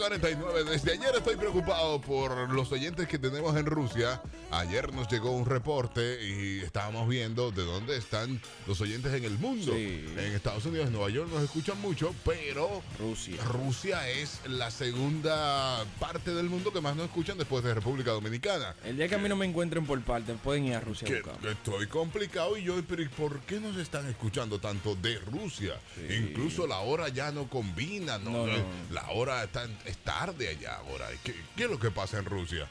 749, desde ayer estoy preocupado por los oyentes que tenemos en Rusia. Ayer nos llegó un reporte y estábamos viendo de dónde están los oyentes en el mundo. Sí. En Estados Unidos, en Nueva York nos escuchan mucho, pero Rusia. Rusia es la segunda parte del mundo que más nos escuchan después de República Dominicana. El día que a mí no me encuentren por parte, pueden ir a Rusia a Que buscarme. estoy complicado y yo, pero ¿y ¿por qué nos están escuchando tanto de Rusia? Sí. Incluso la hora ya no combina, no, No, no. la hora está, en- es tarde allá ahora. ¿Qué, qué es lo que pasa en Rusia?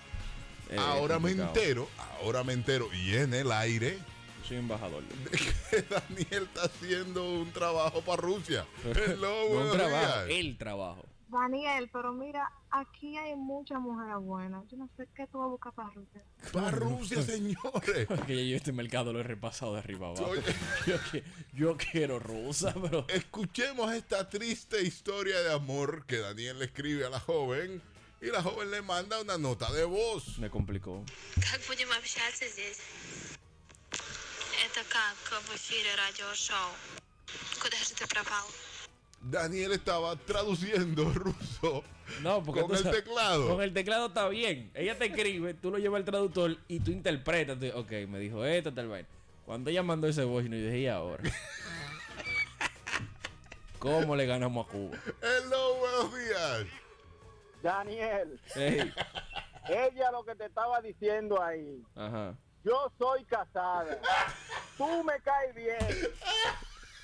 Eh, ahora me complicado. entero, ahora me entero y en el aire Soy embajador. de que Daniel está haciendo un trabajo para Rusia. Hello, No un buenos trabajo, días. Eh, el trabajo. Daniel, pero mira, aquí hay muchas mujeres buenas. Yo no sé qué tú vas a buscar para Rusia. Para Rusia, señores. Que ya yo este mercado lo he repasado de arriba abajo. Soy- Yo, que- yo quiero rusa, pero Escuchemos esta triste historia de amor que Daniel le escribe a la joven y la joven le manda una nota de voz. me complicó. Как будем общаться здесь? Это как в эфире радиошоу. Куда же ты пропал? Daniel estaba traduciendo ruso No, porque con tú el sabes- teclado. Con el teclado está bien. Ella te escribe, tú lo llevas al traductor y tú interpretas. Tú, ok, me dijo esto, tal vaina. Cuando ella mandó ese voice, no, yo dije, ¿y ahora? ¿Cómo le ganamos a Cuba? Hello, buenos días. Daniel, Ey, ella lo que te estaba diciendo ahí, ajá. yo soy casada, tú me caes bien,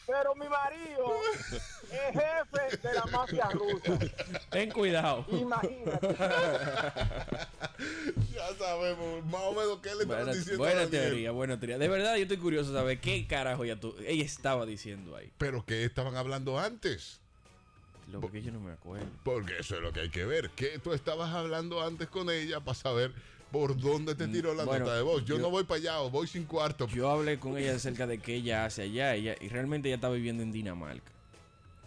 pero mi marido es jefe de la mafia rusa, Ten cuidado. imagínate. Ya sabemos más o menos qué le estaban Buena, diciendo buena a Daniel. teoría, buena teoría. De verdad, yo estoy curioso de saber qué carajo ella, tu- ella estaba diciendo ahí. Pero qué estaban hablando antes. Lo que yo no me acuerdo. Porque eso es lo que hay que ver. Que tú estabas hablando antes con ella para saber por dónde te tiró la Mm, bueno, nota de voz. Yo, yo- no voy para allá o voy sin cuarto. Yo hablé con ella acerca de qué ella hace allá. Ella, y realmente ella está viviendo en Dinamarca.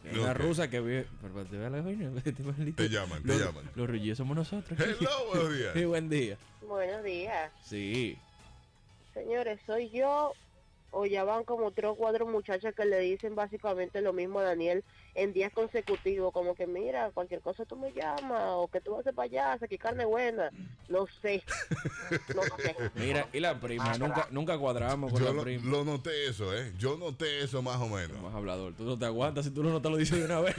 Es Una Ok. rusa que vive. Pero te veo la vaina, te maldito. Te llaman, te Los- llaman. Los reyes somos nosotros. Hello, buenos días. Sí, buen día. Buenos días, Sí. señores, soy yo o ya van como tres o cuatro muchachas que le dicen básicamente lo mismo a Daniel en días consecutivos, como que mira, cualquier cosa tú me llamas o que tú vas a hacer para allá, hasta aquí carne buena, no sé, no sé. Mira, y la prima, nunca, nunca cuadramos con Yo la lo, prima. lo noté eso, ¿eh? Yo noté eso más o menos. Más hablador. Tú no te aguantas si tú no te lo dices de una vez.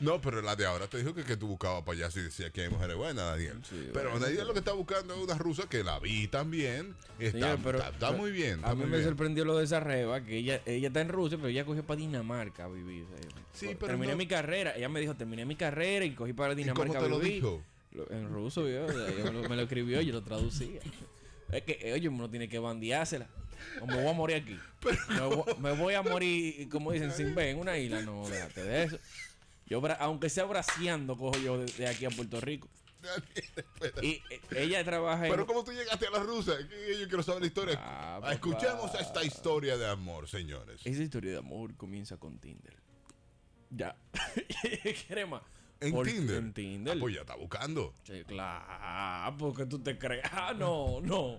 No, pero la de ahora te dijo que, que tú buscabas para allá si decía que hay mujeres buenas, Daniel. Sí, pero bueno, Daniel lo que está buscando es una rusa que la vi también. Está, Señor, pero- está- está muy bien. está A mí muy me bien. sorprendió lo de esa reba, que ella, ella está en Rusia, pero ella cogió para Dinamarca a vivir. o sea, Sí, co- pero terminé no- mi carrera. Ella me dijo, terminé mi carrera y cogí para Dinamarca cómo te a lo vivir. dijo? Lo- En ruso, yo, o sea, ella me, lo, me lo escribió, yo lo traducía. Es que, eh, oye, uno tiene que bandeársela. O me voy a morir aquí. Me, voy, me voy a morir, como dicen, sin ver, en una isla. No, déjate de eso. Yo, bra- aunque sea braceando, cojo yo de, de aquí a Puerto Rico. Daniel, espera. Y eh, ella trabaja en... Pero ¿cómo tú llegaste a la rusa? Que Yo quiero saber la historia. Ah, Ah, papá. Escuchemos esta historia de amor, señores. Esa historia de amor comienza con Tinder. Ya. ¿Quieres más? En Por- Tinder. En Tinder. Ah, pues ya está buscando. Sí, claro, porque tú te crees. Ah, no, no.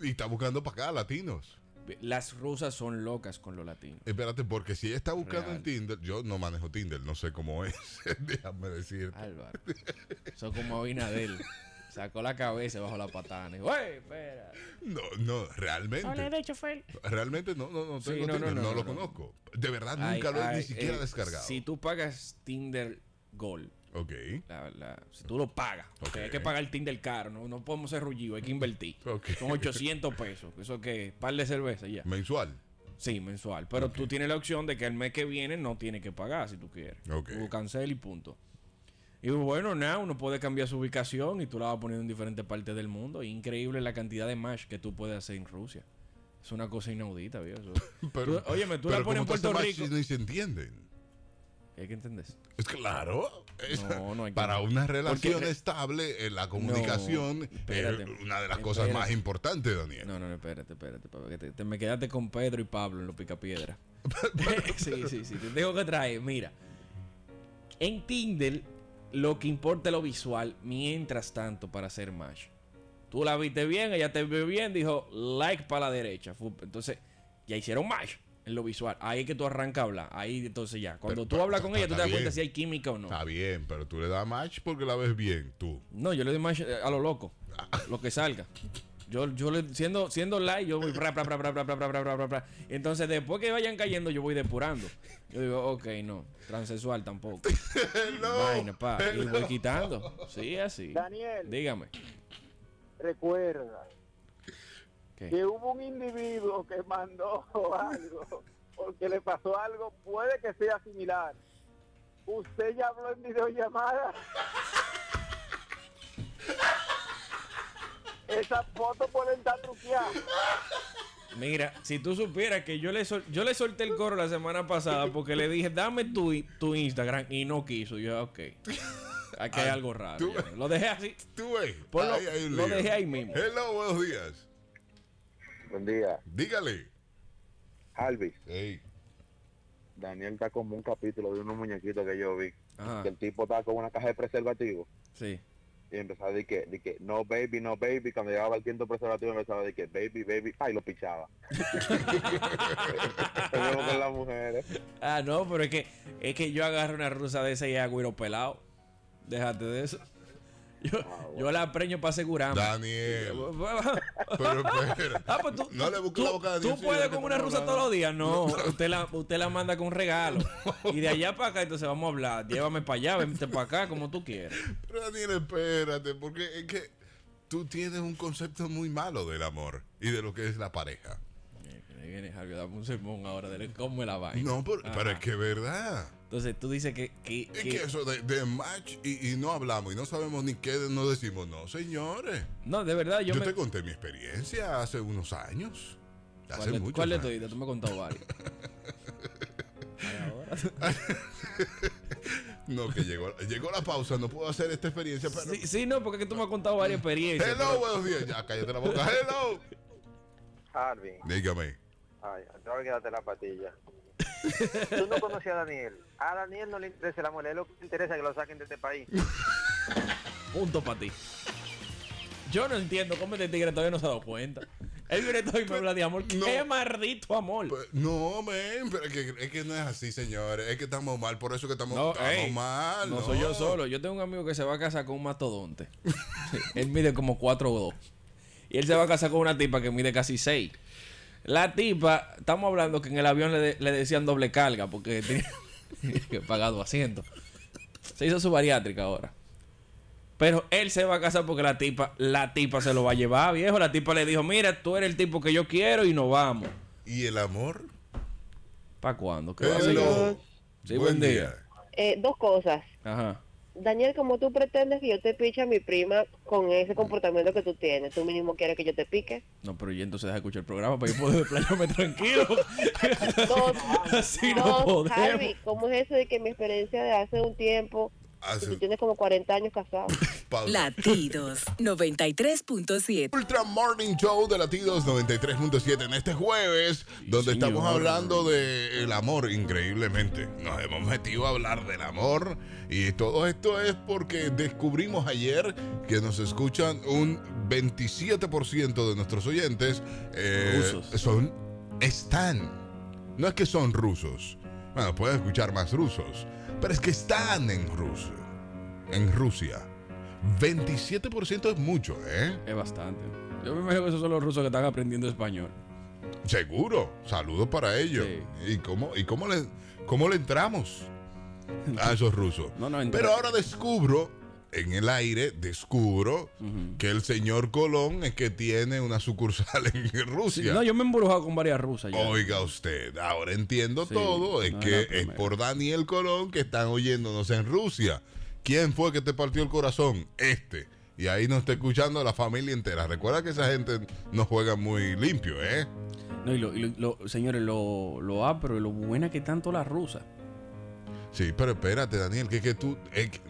Y está buscando para acá, latinos. Las rusas son locas con los latinos. Espérate, porque si ella está buscando Real. en Tinder, yo no manejo Tinder, no sé cómo es. Déjame decirte. Álvaro. Son como Abinadel. Sacó la cabeza bajo la patana. y, ¡Wey! Espera. No, no, realmente. Realmente no, no, no Sí, tengo no, Tinder, no, no, no lo no, no. conozco. De verdad Ay, nunca lo he ay, ni siquiera eh, descargado. Si tú pagas Tinder Gold, Ok, la- la- si tú lo pagas, porque Ok. hay que pagar el Tinder caro, no, no podemos ser rullidos, hay que invertir. Ok. Son 800 pesos. Eso que, par de cerveza y ya. mensual. Sí, mensual. Pero tú tienes la opción de que el mes que viene no tienes que pagar si tú quieres. Ok. Tú cancela y punto. Y bueno, nada, uno puede cambiar su ubicación y tú la vas poniendo en diferentes partes del mundo. Increíble la cantidad de match que tú puedes hacer en Rusia. Es una cosa inaudita, viejo. Eso- Pero, tú, óyeme, tú pero la pones en ¿cómo te Puerto hacen Rico. match si ni se entienden. Hay que entender. eso. Es claro. es- No, no hay que- para una relación Porque- estable, eh, la comunicación No, es espérate. una de las cosas Espérate. más importantes, Daniel. No, no, no, espérate, espérate. papá, que te, te- me quedaste con Pedro y Pablo en los picapiedra. sí, sí, sí. Te tengo que traer. Mira, en Tinder lo que importa es lo visual mientras tanto para hacer match. Tú la viste bien, ella te vio bien, dijo like para la derecha. fu- Entonces, ya hicieron match. en lo visual. Ahí es que tú arrancas a hablar. Ahí entonces ya. Cuando Pero tú pa- hablas con pa- ella, tú te está das cuenta bien. si hay química o no. Está bien, pero tú le das match porque la ves bien, tú. No, yo le doy más eh, a lo loco. Lo que salga. Yo, yo le, siendo, siendo live, yo voy pra, pra, pra, pra, pra, pra, pra, pra, pra, pra, pra. Entonces, después que vayan cayendo, yo voy depurando. Yo digo, ok, no. Transexual tampoco. Vaina, pa. Y voy quitando. Sí, así. Daniel. Dígame. Recuerda ¿Qué? que hubo un individuo que mandó algo porque le pasó algo, puede que sea similar. Usted ya habló en videollamada. Esa foto puede estar truqueada. Mira, si tú supieras que yo le, sol- yo le solté el coro la semana pasada porque le dije, dame tu, i- tu Instagram y no quiso. Yo, ok. Aquí hay algo raro. tú- ya. Lo dejé así. Tú ves. Ponlo- ahí hay un lo lío. dejé ahí mismo. Hello, buenos días. Buen día, Dígale. Alvis. Ey, Daniel está como un capítulo de unos muñequitos que yo vi. Ajá. Que el tipo estaba con una caja de preservativos Sí. y empezaba a decir que, de que no baby, no baby. Cuando llegaba el quinto preservativo empezaba a decir que baby, baby, ay, lo pichaba. Pero con las mujeres. Ah, no, pero es que es que yo agarro una rusa de esa y hago hilo pelado. Déjate de eso. Yo, yo la preño para asegurarme. Daniel. Pero espera. Ah, pues tú, no le busques la tú- boca a tú Daniel. puedes con una rusa todos los días. No, usted la, usted la manda con regalo. Y de allá para acá, entonces vamos a hablar. Llévame para allá, vente para acá, como tú quieras. Pero Daniel, espérate, porque es que tú tienes un concepto muy malo del amor y de lo que es la pareja. Ahí viene Javier, dame un sermón ahora de cómo es la vaina. No, pero, Ajá. pero es que es verdad. Entonces tú dices que. que- Es que- que eso de, de match y, y no hablamos y no sabemos ni qué, no decimos, no, señores. no, de verdad, yo, Yo, me. te conté mi experiencia hace unos años. Hace ¿Cuál, de- muchos cuál de años. todita? Tú me has contado varios. Ahora. No, que llegó, llegó la pausa, no puedo hacer esta experiencia, pero... Sí, sí, no, porque es que tú me has contado varias experiencias. Hello, buenos días. Ya, cállate la boca. Hello. Alvin, Dígame. ay, tengo que quitarte la patilla. Tú no conocías a Daniel. A Daniel no le interesa la mujer, es lo que le interesa que lo saquen de este país. pero- Punto para ti. Yo no entiendo cómo este tigre todavía no se ha dado cuenta. Él viene todo y me habla de amor. no. ¡Qué maldito amor! Pues, No, men, pero es que, es que no es así, señores. Es que estamos mal, por eso que estamos, no, estamos ey, mal. no, soy yo solo. Yo tengo un amigo que se va a casar con un mastodonte. Sí, él mide como 4 o 2. Y él se va a casar con una tipa que mide casi 6. La tipa, estamos hablando que en el avión le, de- le decían doble carga porque tenía que pagar dos asientos. Se hizo su bariátrica ahora. Pero él se va a casar porque la tipa, la tipa se lo va a llevar, viejo. La tipa le dijo, mira, tú eres el tipo que yo quiero y nos vamos. ¿Y el amor? ¿Para cuándo? ¿Qué va a ser? Hello. Sí, buen día. Eh, dos cosas. Ajá. Daniel, como tú pretendes que yo te piche a mi prima con ese comportamiento que tú tienes? ¿Tú mínimo quieres que yo te pique? No, pero yo entonces deja escuchar el programa para yo poder desplayarme tranquilo. Dos, Así no dos, podemos. Harvey, ¿cómo es eso de que mi experiencia de hace un tiempo, que tú Hace tienes como 40 años casado? pausa. Latidos 93.7. Ultra Morning Show de Latidos 93.7 en este jueves, donde señor. estamos hablando del amor, increíblemente. Nos hemos metido a hablar del amor y todo esto es porque descubrimos ayer que nos escuchan un 27% de nuestros oyentes eh, Rusos. son, están, no es que son rusos, bueno, puedes escuchar más rusos, pero es que están en Rusia, en Rusia. 27% es mucho, ¿eh? Es bastante. Yo me imagino que esos son los rusos que están aprendiendo español. Seguro, saludos para ellos. Sí. ¿Y, cómo, y cómo, le, cómo le entramos a esos rusos? No, no, entra- Pero ahora descubro, en el aire, descubro que el señor Colón es que tiene una sucursal en Sí, Rusia. No, yo me he embrujado con varias rusas. Ya. Oiga usted, ahora entiendo Sí, todo. Es no que era es primero. por Daniel Colón que están oyéndonos en Rusia. ¿Quién fue que te partió el corazón? Este. Y ahí nos está escuchando la familia entera. Recuerda que esa gente no juega muy limpio, ¿eh? No, y lo, y lo- lo- señores, lo, lo ah, pero lo buena que tanto las rusas. Sí, pero espérate, Daniel, que es que tú. Es que,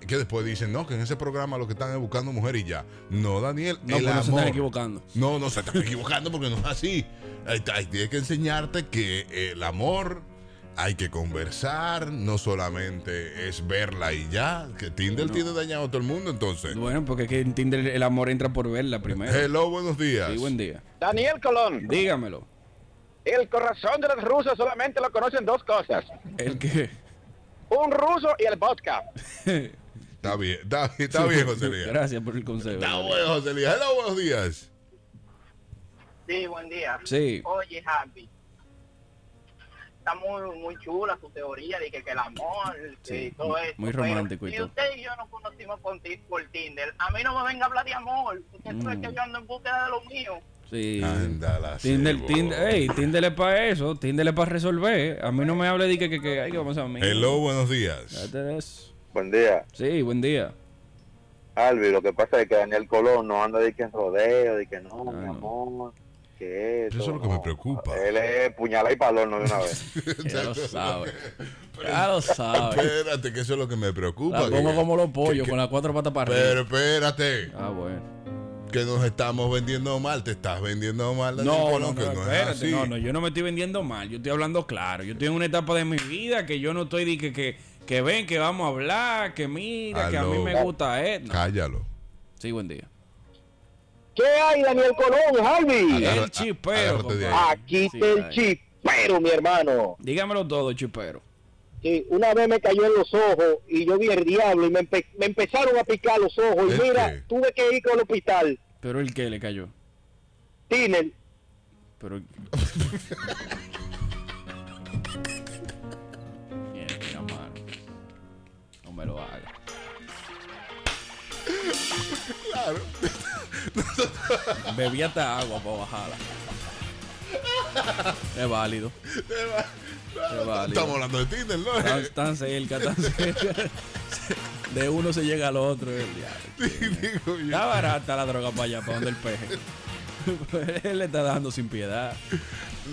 es que después dicen, no, que en ese programa lo que están es buscando mujer y ya. No, Daniel, No, el pero no se amor. están equivocando. No, no se están equivocando porque no es así. Ahí está, ahí Tienes que enseñarte que el amor hay que conversar, no solamente es verla y ya. Que Tinder tiene dañado a todo el mundo, entonces. Bueno, porque es que en Tinder el amor entra por verla primero. Hello, buenos días. Sí, buen día. Daniel Colón, Dígamelo. El corazón de los rusos solamente lo conocen dos cosas. ¿El qué? Un ruso y el vodka. Está bien, está, bien- está bien, José Lía. Gracias por el consejo. Está bueno, José Lía. Hello, buenos días. Sí, buen día. Sí. Oye, Happy. Está muy, muy chula su teoría de que, que el amor Sí, y todo muy- eso. muy pero romántico y Si todo. usted y yo nos conocimos por, ti- por Tinder, a mí no me venga a hablar de amor. Usted sabe Mm. que yo ando en búsqueda de lo mío. Sí. Ándala, Tinder, cebo. Tinder, ey, Tinder es para eso, Tinder es para resolver. A mí no me hable de que, que, que, ay, que vamos a mí. Hello, buenos días. Buen día. Sí, buen día. Albi, lo que pasa es que Daniel Colón no anda de que en rodeo, de que no, mi Ah, no. amor, que Eso esto, es lo que me no. preocupa. Él es puñalada y palón, no de una vez. Ya lo sabe. Ya lo sabe. Espérate, que eso es lo que me preocupa. La que- pongo como los pollos, que- con las cuatro patas para Pero arriba. espérate, Ah, bueno. que nos estamos vendiendo mal. Te estás vendiendo mal, Daniel No, no, Colón, no, que no es espérate, así. no, no, yo no me estoy vendiendo mal, yo estoy hablando claro. Yo estoy en una etapa de mi vida que yo no estoy de que, que, que ven, que vamos a hablar, que mira, que a mí Aló. me gusta esto. Cállalo. Sí, buen día. ¿Qué hay, Daniel Colón, Harvey? Agárrate- El chipero, agárrate de compadre. ahí. Aquí Sí, está el ahí. chipero, mi hermano. Dígamelo todo, chipero. que una vez me cayó en los ojos y yo vi el diablo y me, empe- me empezaron a picar los ojos. ¿El Y mira, Este. qué? tuve que ir con el hospital. Pero el que le cayó. Tienen Pero. Mierda, mano. No me lo hagas. Claro. Bebí hasta agua para bajarla. Es válido. Es válido. Estamos hablando de Tinder, ¿no? Tan, tan cerca, tan cerca. De uno se llega al otro. el diablo. Digo yo. Está barata la droga para allá, para donde el peje. Él le está dando sin piedad.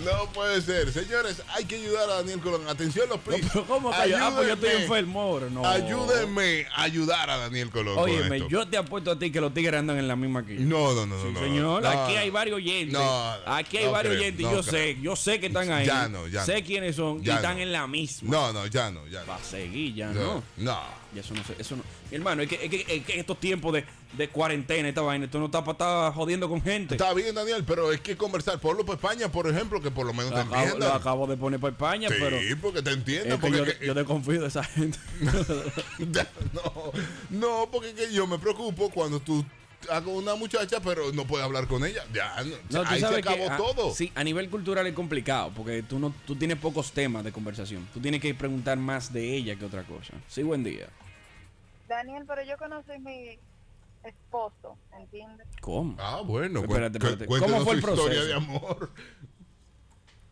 No puede ser. Señores, hay que ayudar a Daniel Colón. Atención los No, please. pero ¿cómo que yo? Ah, pues yo estoy Ayúdenme. enfermo ahora, no. Ayúdenme a ayudar a Daniel Colón. con Óyeme, esto. yo te apuesto a ti que los tigres andan en la misma que yo. No, no, no, no. no, Señor, no, aquí no. hay varios oyentes. No, aquí hay no varios creo, oyentes. no yo creo. sé, yo sé que están ahí. Ya no, ya Sé no. quiénes son Ya y están no. en la misma. No, no, ya no, ya Va no. a seguir, ya no. No, no. Ya eso no sé, eso no. Mi hermano, es que, es que- es que estos tiempos de, de cuarentena, esta vaina, esto no está para estar jodiendo con gente. Está bien, Daniel, pero es que conversar. Ponlo para España, por ejemplo, que por lo menos lo, te acabo, lo entiendan. acabo de poner para España, pero. Sí, porque te es entiendan. que Porque yo, es que- yo desconfío de esa gente. no, no, porque es que yo me preocupo cuando tú estás con una muchacha, pero no puedes hablar con ella. Ya, no, No, tú ahí se sabes que, acabó ah, todo. sí, a nivel cultural es complicado porque tú no tú tienes pocos temas de conversación. Tú tienes que preguntar más de ella que otra cosa. Sí, buen día. Daniel, pero yo conocí a mi esposo, ¿entiendes? ¿Cómo? Ah, bueno, Espérate, cu- espérate. cu- cuéntanos ¿Cómo fue el su historia proceso? de amor.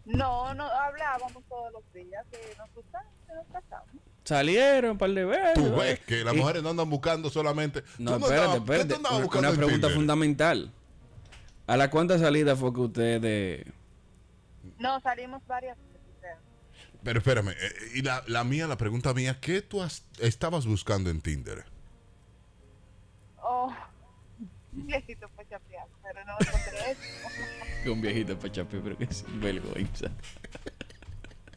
No, no hablábamos todos los días, que nos gustaba, que nos casamos. Salieron un par de veces. Tú ¿eh? ves que las Y- mujeres no andan buscando solamente. Tú No, no espérate, andabas- ¿qué tú espérate. andabas Una- buscando Una en pregunta Tinder? fundamental. ¿A la cuánta salida fue que ustedes No, salimos varias veces, creo. Pero espérame, eh, y la, la mía, la pregunta mía, ¿qué tú has- estabas buscando en Tinder? Oh, un viejito fue chapeado, pero no encontré eso. que un viejito para chape, pero que sinvergüenza?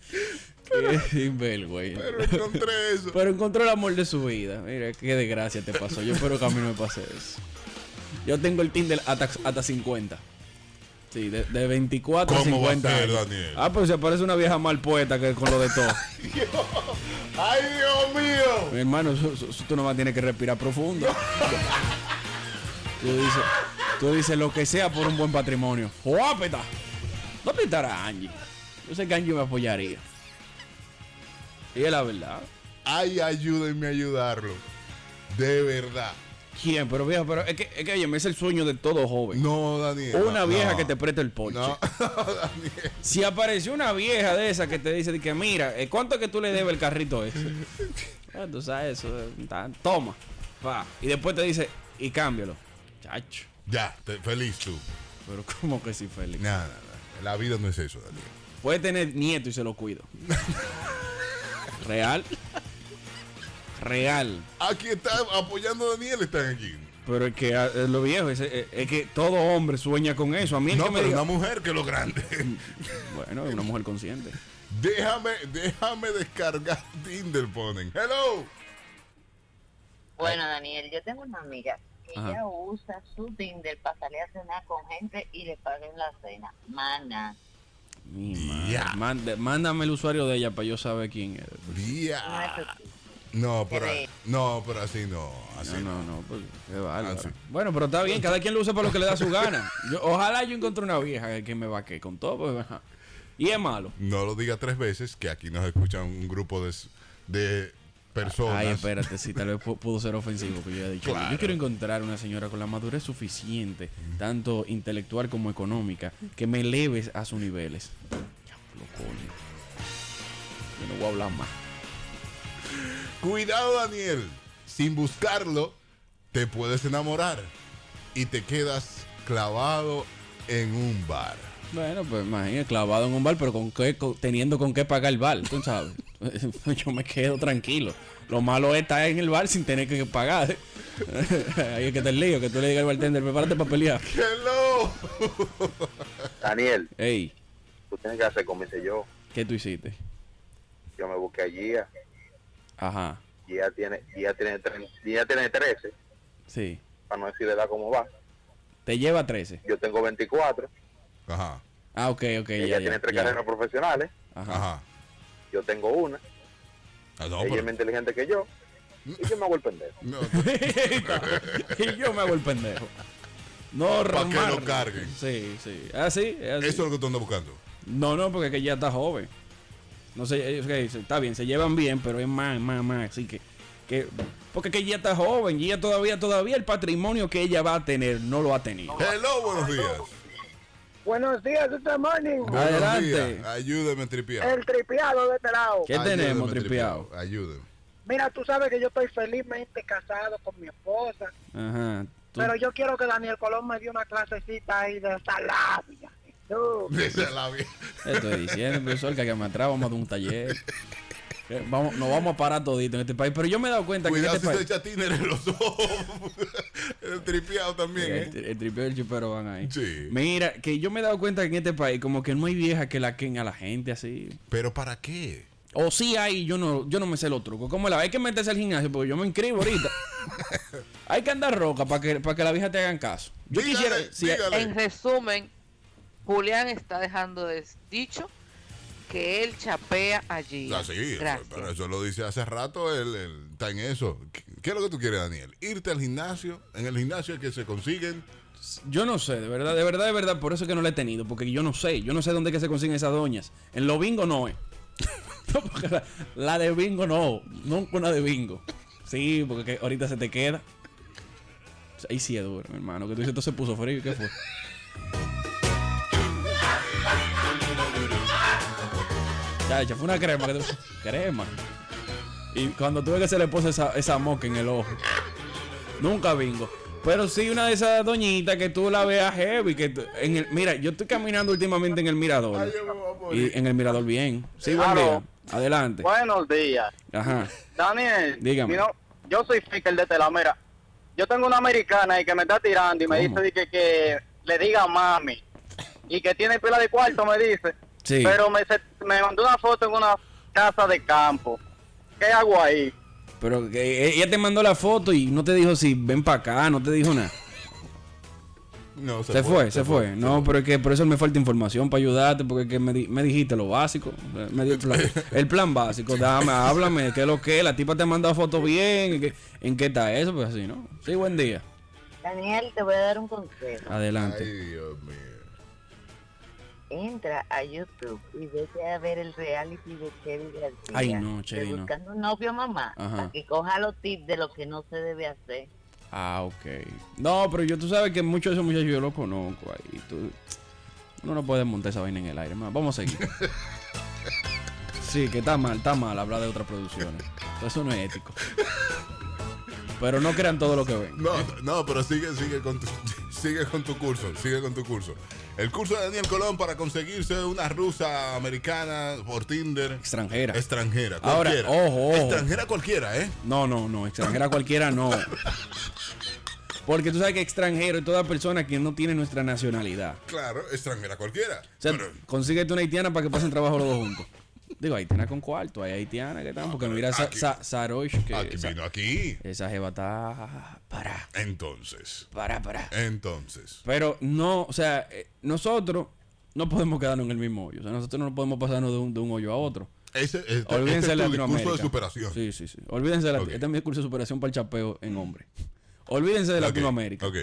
Qué sinvergüenza. Pero encontré eso. Pero encontró el amor de su vida. Mira, qué desgracia te pasó. Yo espero que a mí no me pase eso. Yo tengo el Tinder hasta, hasta 50. Sí, de, de 24 a ¿Cómo va a 50. ser, años. Daniel? Ah, pero se aparece una vieja mal poeta que con lo de todo. ¡Ay, Dios mío! Mi hermano, eso- eso- eso tú nomás tienes que respirar profundo. Tú dices, tú dices lo que sea por un buen patrimonio. ¡Guapeta! ¿Dónde estará Angie? Yo sé que Angie me apoyaría. Y es la verdad. Ay, ayúdenme a ayudarlo. De verdad. ¿Quién? Pero vieja, pero es que, es que oye, es el sueño de todo joven. No, Daniel. una no, vieja no. que te preste el ponche. No, Daniel. Si apareció una vieja de esa que te dice de que mira, eh, ¿cuánto es que tú le debes el carrito ese? Ah, tú sabes eso, eh, ta- toma. Pa. Y después te dice, y cámbialo. Chacho. Ya, te- feliz tú. Pero ¿cómo que sí, Félix? Nada, nada. La vida no es eso, Daniel. Puede tener nieto y se lo cuido. Real. Real. Aquí está apoyando a Daniel, están aquí. Pero es que ah, es lo viejo, es, es- es que todo hombre sueña con eso. A mí el No, que me pero diga- una mujer que es lo grande. Bueno, es una mujer consciente. Déjame, déjame descargar Tinder, ponen. Hello. Bueno, Daniel, yo tengo una amiga que Ajá. ella usa su Tinder para salir a cenar con gente y le pagan la cena. Mana, Mi madre. Ya. Ah, Manda- mándame el usuario de ella para yo saber quién es. Ya. No, pero, no, pero así no. Así No, no. no, no, pues, qué bárbaro. Ah, sí. Bueno, pero está bien, cada quien lo usa para lo que le da su gana. Yo- ojalá yo encontre una vieja que me vaque con todo. pues, ajá. y es malo. No lo diga tres veces, que aquí nos escucha un grupo de, s- de personas. Ay, espérate, sí, tal vez pu- pudo ser ofensivo que yo haya dicho. Claro. Yo quiero encontrar una señora con la madurez suficiente, tanto intelectual como económica, que me eleves a sus niveles. Diablo, coño. Yo no voy a hablar más. Cuidado, Daniel. Sin buscarlo, te puedes enamorar y te quedas clavado en un bar. Bueno, pues imagínate, clavado en un bar, pero con qué, co- teniendo con qué pagar el bar, tú sabes. Yo me quedo tranquilo. Lo malo es estar en el bar sin tener que pagar. Ahí es que te lío, que tú le digas al bartender, prepárate para pelear. ¡Hello! Daniel, Ey, tú tienes que hacer como hice yo. ¿qué tú hiciste? Yo me busqué a Gia. Ajá, Gia tiene, Gia tiene, tre- Gia tiene 13, sí. para no decir de edad cómo va. Te lleva 13. Yo tengo 24. Ajá, Ah, ok, ok, ella ya, tiene ya, tres ya. carreras profesionales. Ajá. ajá. Yo tengo una. Ah, no, ella pero- es más inteligente que yo. Y yo me hago el pendejo. no, y yo me hago el pendejo. No, Pa' que lo Romar. carguen. Sí, sí. Ah, sí, es eso así. es lo que tú andas buscando. No, no, porque es que ya está joven. No sé, eh, ok, está bien, se llevan bien, pero es más, más, más. Así que, que porque que ya está joven, y ella todavía, todavía el patrimonio que ella va a tener no lo ha tenido. ¡Hello! Buenos días. Buenos días, good morning. Buenos Adelante. días. Ayúdeme, tripiado. El tripiado de este lado. ¿Qué Ayúdeme, tenemos, tripeado? Ayúdeme. Mira, tú sabes que yo estoy felizmente casado con mi esposa, Ajá. tú- pero yo quiero que Daniel Colón me dé una clasecita ahí de salabia. Tú. Dice la vie- te estoy diciendo, profesor, que, que me atrás vamos a dar un taller. Eh, Vamos, nos vamos a parar todito en este país. Pero yo me he dado cuenta Cuidado que en si se este país. echa tíner en los ojos. el tripiado también, El, ¿eh? tri- el tripeo y el chupero van ahí. Sí. Mira, que yo me he dado cuenta que en este país, como que no hay viejas que laquen a la gente así. ¿Pero para qué? O sí hay, yo no, yo no me sé los trucos. Como la hay que meterse al gimnasio, porque yo me inscribo ahorita. hay que andar roca para que, para que la vieja te hagan caso. Yo Dígale, quisiera. si- dígale. En resumen, Julián está dejando desdicho que él chapea allí. Ah, sí, pero eso lo dice hace rato, él, él está en eso. ¿Qué, qué es lo que tú quieres, Daniel? Irte al gimnasio, en el gimnasio es que se consiguen. yo no sé, de verdad, de verdad, de verdad, por eso es que no la he tenido, porque yo no sé, yo no sé dónde es que se consiguen esas doñas. En los bingo no es. No, porque la, la de bingo no, nunca una de bingo. Sí, porque que ahorita se te queda. O sea, Ahí sí es duro, mi hermano, que tú dices, entonces puso frío, ¿y ¿qué fue? Chacha, fue una crema que te Crema. Y cuando tuve que se le puso esa, esa moca en el ojo. Nunca bingo. Pero sí una de esas doñitas que tú la veas heavy. Que tú- en el, mira, yo estoy caminando últimamente en el mirador. Ay, yo me voy a morir. Y en el mirador bien. Sí, buen día. Claro. Adelante. Buenos días. Ajá. Daniel, Dígame. you know, yo soy Ficker de Telamera. Yo tengo una americana y que me está tirando y me ¿Cómo? dice de que, que le diga mami y que tiene pila de cuarto, me dice. Sí. Pero me, se- me mandó una foto en una casa de campo. ¿Qué hago ahí? Pero que eh, ella te mandó la foto y no te dijo si ven para acá, no te dijo nada. No, Se, fue, se fue. No, pero es que por eso me falta información para ayudarte, porque es que me, di- me dijiste lo básico. eh, Me di el, plan, el plan básico. Dame, háblame, qué es lo que es. La tipa te ha mandado fotos bien. ¿en qué, en qué está eso? Pues así, ¿no? Sí, buen día. Daniel, te voy a dar un consejo. Adelante. Ay, Dios mío. Entra a YouTube y vete a ver el reality de Chevy García. Ay, no, de Chevy, no. Buscando un novio mamá. Ajá. Para que coja los tips de lo que no se debe hacer. Ah, ok. No, pero yo tú sabes que muchos de esos muchachos yo los conozco ahí. Tú, uno no puede montar esa vaina en el aire. más. Vamos a seguir. sí, que está mal, está mal hablar de otras producciones. Eso no es ético. Pero no crean todo lo que ven. No, no, pero sigue, sigue con tu, sigue con tu curso, sigue con tu curso. El curso de Daniel Colón para conseguirse una rusa americana por Tinder Extranjera. extranjera, Ahora, cualquiera. ojo, ojo. Extranjera cualquiera, ¿eh? No, no, no, extranjera cualquiera no. Porque tú sabes que extranjero es toda persona que no tiene nuestra nacionalidad. Claro, extranjera cualquiera. O sea, Pero- consíguete una haitiana para que pasen trabajo los dos juntos. Digo, haitiana con cuarto, hay haitiana que están, porque mira Sa- aquí- Sa- Sarosh, que aquí esa, ah, vino aquí. esa jeva está para, Entonces, para, para. entonces. Pero no, o sea, eh, nosotros no podemos quedarnos en el mismo hoyo. O sea, nosotros no podemos pasarnos de un, de un hoyo a otro. Ese, este- este Olvídense de es tu Latinoamérica. discurso de superación. Sí, sí, sí. Olvídense de la- Ok. Este es mi discurso de superación para el chapeo en hombre. Olvídense de Ok, Latinoamérica. Ok.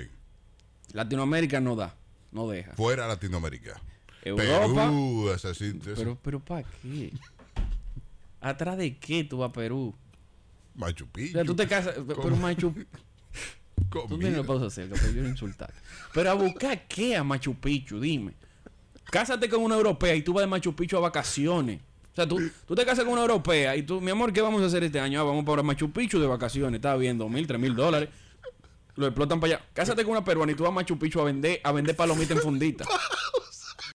Latinoamérica no da. No deja. Fuera Latinoamérica. Europa. Perú, ese sitio, ese- Pero, pero ¿para qué? ¿Atrás de qué tú vas a Perú? Machu O Picchu. sea, tú te casas. Pero Comida. Machu. Tú tienes Comida. lo puedes hacer, pero yo no insultar. Pero a buscar qué a Machu Picchu, dime. Cásate con una europea y tú vas de Machu Picchu a vacaciones. O sea, tú, tú te casas con una europea y tú, mi amor, ¿qué vamos a hacer este año? Ah, vamos para Machu Picchu de vacaciones. Está bien, dos mil, tres mil dólares. Lo explotan para allá. Cásate con una peruana y tú vas a Machu Picchu a vender, a vender palomitas en fundita.